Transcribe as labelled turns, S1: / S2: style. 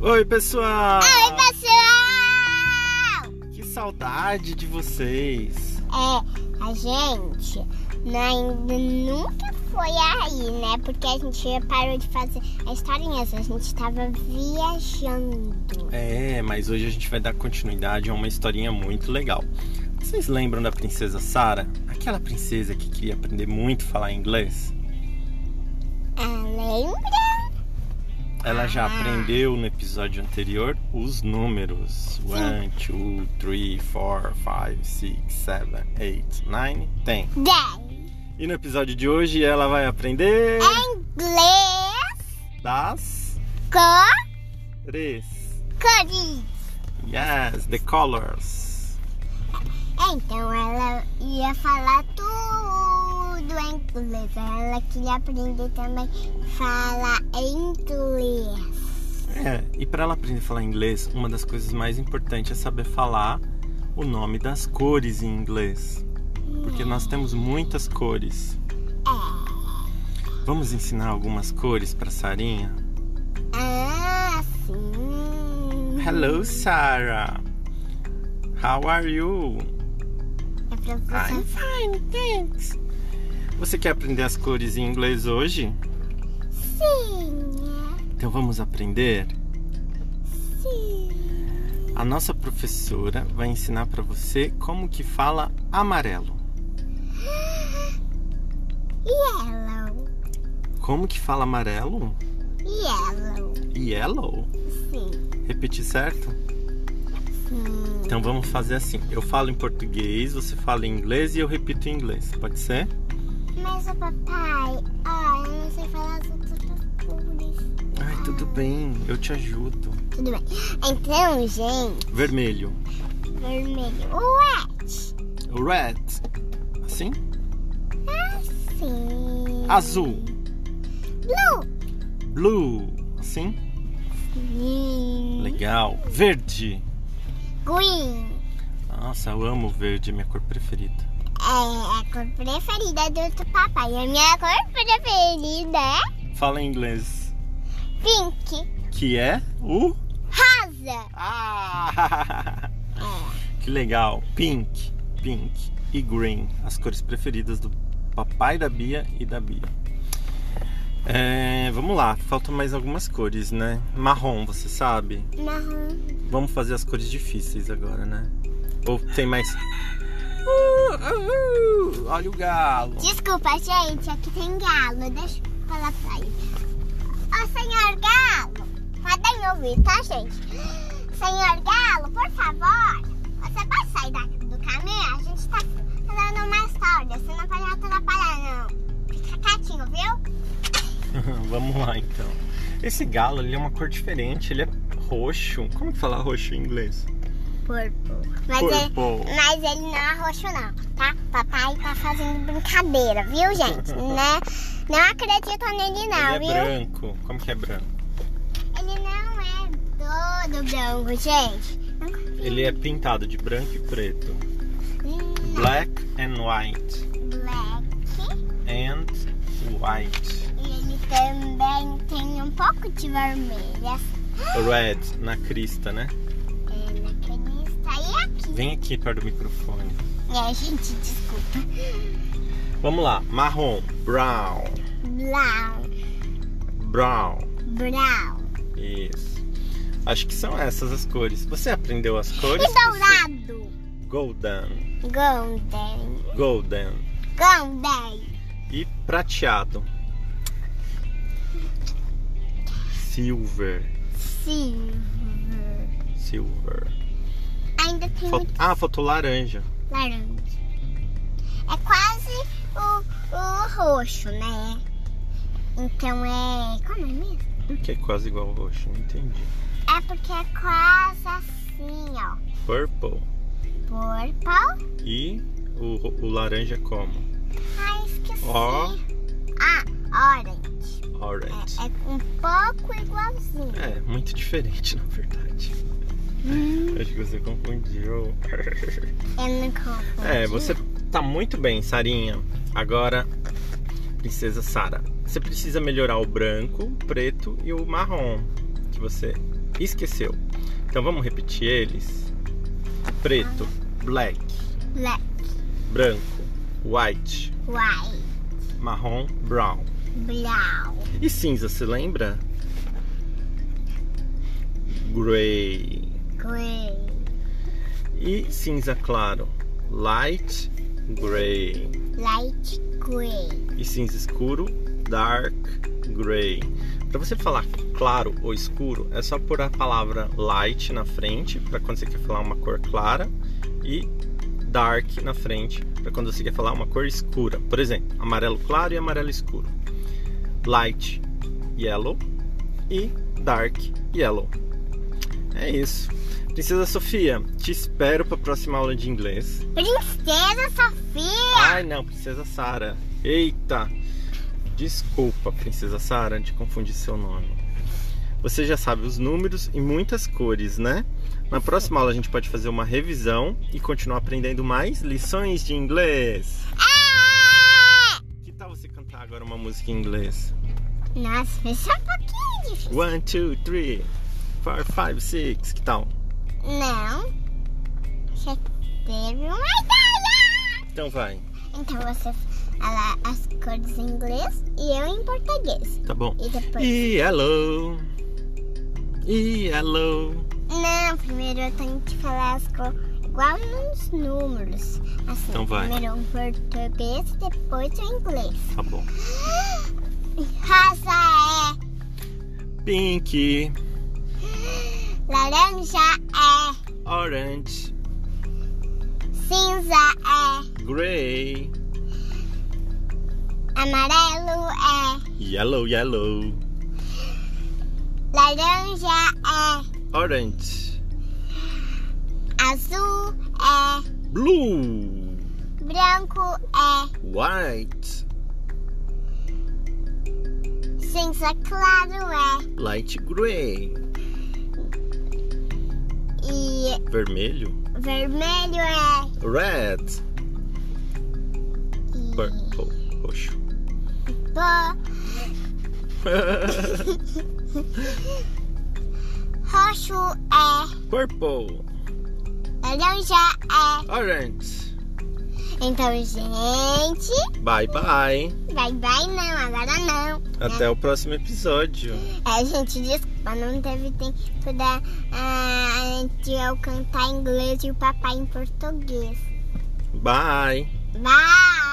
S1: Oi, pessoal!
S2: Oi, pessoal!
S1: Que saudade de vocês!
S2: É, a gente né, ainda nunca foi aí, né? Porque a gente parou de fazer a historinha, a gente tava viajando.
S1: É, mas hoje a gente vai dar continuidade a uma historinha muito legal. Vocês lembram da princesa Sara? Aquela princesa que queria aprender muito a falar inglês?
S2: Ah, lembra?
S1: Ela já
S2: Ah.
S1: aprendeu no episódio anterior os números: 1, 2, 3, 4, 5, 6, 7, 8, 9, 10.
S2: Dez.
S1: E no episódio de hoje ela vai aprender
S2: É. Inglês
S1: das
S2: com
S1: três.
S2: Corinthians.
S1: Yes, the colors.
S2: É, Então ela ia falar tudo em inglês. Ela queria aprender também a falar inglês.
S1: É, e para ela aprender a falar inglês, uma das coisas mais importantes é saber falar o nome das cores em inglês, porque nós temos muitas cores.
S2: É.
S1: Vamos ensinar algumas cores para Sarinha?
S2: Ah, sim.
S1: Hello, Sarah. How are you?
S2: É pra
S1: I'm
S2: você.
S1: fine, thanks. Você quer aprender as cores em inglês hoje?
S2: assim, Sim,
S1: Então vamos aprender?
S2: é, sim.
S1: A nossa professora vai ensinar para você como que fala amarelo.
S2: Yellow.
S1: Como que fala amarelo?
S2: Yellow.
S1: Yellow.
S2: Sim. Hum,
S1: Repetir certo?
S2: Sim.
S1: Então vamos fazer assim. Eu falo em português, você fala em inglês e eu repito em inglês. Pode ser?
S2: Mas o papai, ó, eu não sei falar as outras cores.
S1: Ai, tudo bem. Eu te ajudo.
S2: Tudo bem. Então, gente,
S1: Vermelho.
S2: vermelho. Ué.
S1: Red. Assim?
S2: Assim.
S1: Azul.
S2: Blue.
S1: Blue. Assim?
S2: Green.
S1: Legal. Verde.
S2: Green.
S1: Nossa, eu amo verde, minha cor preferida.
S2: É a cor preferida do teu papai. É A minha cor preferida é
S1: Fala em inglês.
S2: pink.
S1: Que é o.
S2: Rosa.
S1: Ah!
S2: É.
S1: Que legal. Pink, pink e green. As cores preferidas do papai da Bia e da Bia. É, vamos lá, faltam mais algumas cores, né? Marrom, você sabe?
S2: Marrom.
S1: Vamos fazer as cores difíceis agora, né? Ou tem mais. Uh, Olha o galo.
S2: Desculpa, gente, aqui tem galo. Deixa eu falar pra ele. Ô, senhor galo, podem ouvir, tá, gente? Senhor galo, por favor, você pode sair da- do caminho? A gente tá falando uma história, você não pode atrapalhar, não. Fica quietinho, viu?
S1: vamos lá então. Esse galo ele é uma cor diferente, ele é roxo. Como que fala roxo em inglês?
S2: Purple. Mas,
S1: Purple.
S2: Ele, mas ele não é roxo, não, tá? Papai tá fazendo brincadeira, viu, gente? né? Não acredito nele, não,
S1: ele
S2: viu?
S1: é branco. Como que é branco?
S2: Ele não é todo branco, gente. Não confia.
S1: Ele é pintado de branco e preto.
S2: Hum,
S1: Black and white.
S2: Black.
S1: And white.
S2: E ele também tem um pouco de vermelha.
S1: Red na crista, né?
S2: É, naquele está aí aqui.
S1: Vem aqui perto do microfone.
S2: É, gente, desculpa.
S1: Vamos lá. Marrom. Brown.
S2: Brown.
S1: Brown.
S2: Brown.
S1: Isso. Acho que são essas as cores. Você aprendeu as cores?
S2: E dourado.
S1: Você- Golden.
S2: Golden.
S1: Golden.
S2: Golden.
S1: E prateado. Silver.
S2: Silver.
S1: Silver.
S2: Ainda tem
S1: Fal-
S2: muito
S1: Ah, faltou laranja.
S2: laranja. É quase o, o roxo, né? Então é. Como é mesmo?
S1: Por que quase igual ao roxo? Não entendi.
S2: É porque é quase assim, ó.
S1: Purple.
S2: Purple.
S1: E o, ro- o laranja é como?
S2: Ai, esqueci.
S1: Ó.
S2: Ah, orange.
S1: Orange.
S2: É, é um pouco igualzinho.
S1: É, muito diferente, na verdade.
S2: Hum,
S1: Acho que você confundiu.
S2: eu não confundi.
S1: É, você tá muito bem, Sarinha. Agora, Princesa Sara. Você precisa melhorar o branco, o preto e o marrom que você esqueceu. Então vamos repetir eles: preto, black,
S2: Black,
S1: branco, white,
S2: white,
S1: marrom, brown.
S2: brown,
S1: E cinza, se lembra? Gray.
S2: grey,
S1: E cinza claro, light gray.
S2: light grey.
S1: E cinza escuro, dark gray. Para você falar claro ou escuro, é só pôr a palavra light na frente para quando você quer falar uma cor clara e dark na frente para quando você quer falar uma cor escura. Por exemplo, amarelo claro e amarelo escuro. Light yellow e dark yellow. É isso. Princesa Sofia, te espero para a próxima aula de inglês.
S2: Princesa Sofia!
S1: Ai não, Princesa Sara. Eita! Desculpa, Princesa Sara, de confundir seu nome. Você já sabe os números e muitas cores, né? Na próxima aula a gente pode fazer uma revisão e continuar aprendendo mais lições de inglês. Que tal você cantar agora uma música em inglês?
S2: Nossa, foi só um pouquinho difícil.
S1: One, two, three, four, five, six. Que tal?
S2: Não. Você teve uma ideia!
S1: Então vai.
S2: Então você fala as cores em inglês e eu em português.
S1: Tá bom.
S2: E depois.
S1: Yellow. Yellow.
S2: Não, primeiro eu tenho que falar as cores igual nos números. Assim,
S1: Então vai.
S2: primeiro em português e depois em inglês.
S1: Tá bom.
S2: Rosa
S1: Pink.
S2: é, laranja é,
S1: orange,
S2: cinza é,
S1: gray,
S2: amarelo é,
S1: yellow, yellow,
S2: laranja é,
S1: orange,
S2: azul é,
S1: blue,
S2: branco é,
S1: white,
S2: cinza claro é
S1: light gray,
S2: e
S1: vermelho,
S2: vermelho é
S1: red,
S2: e
S1: purple, roxo.
S2: bo- roxo é,
S1: Purple,
S2: laranja é.
S1: orange.
S2: Então, gente,
S1: Bye bye.
S2: bye bye não, agora não.
S1: Até o próximo episódio.
S2: É, gente, desculpa, não teve tempo da, ah, de eu cantar em inglês e o papai em português.
S1: Bye.
S2: Bye!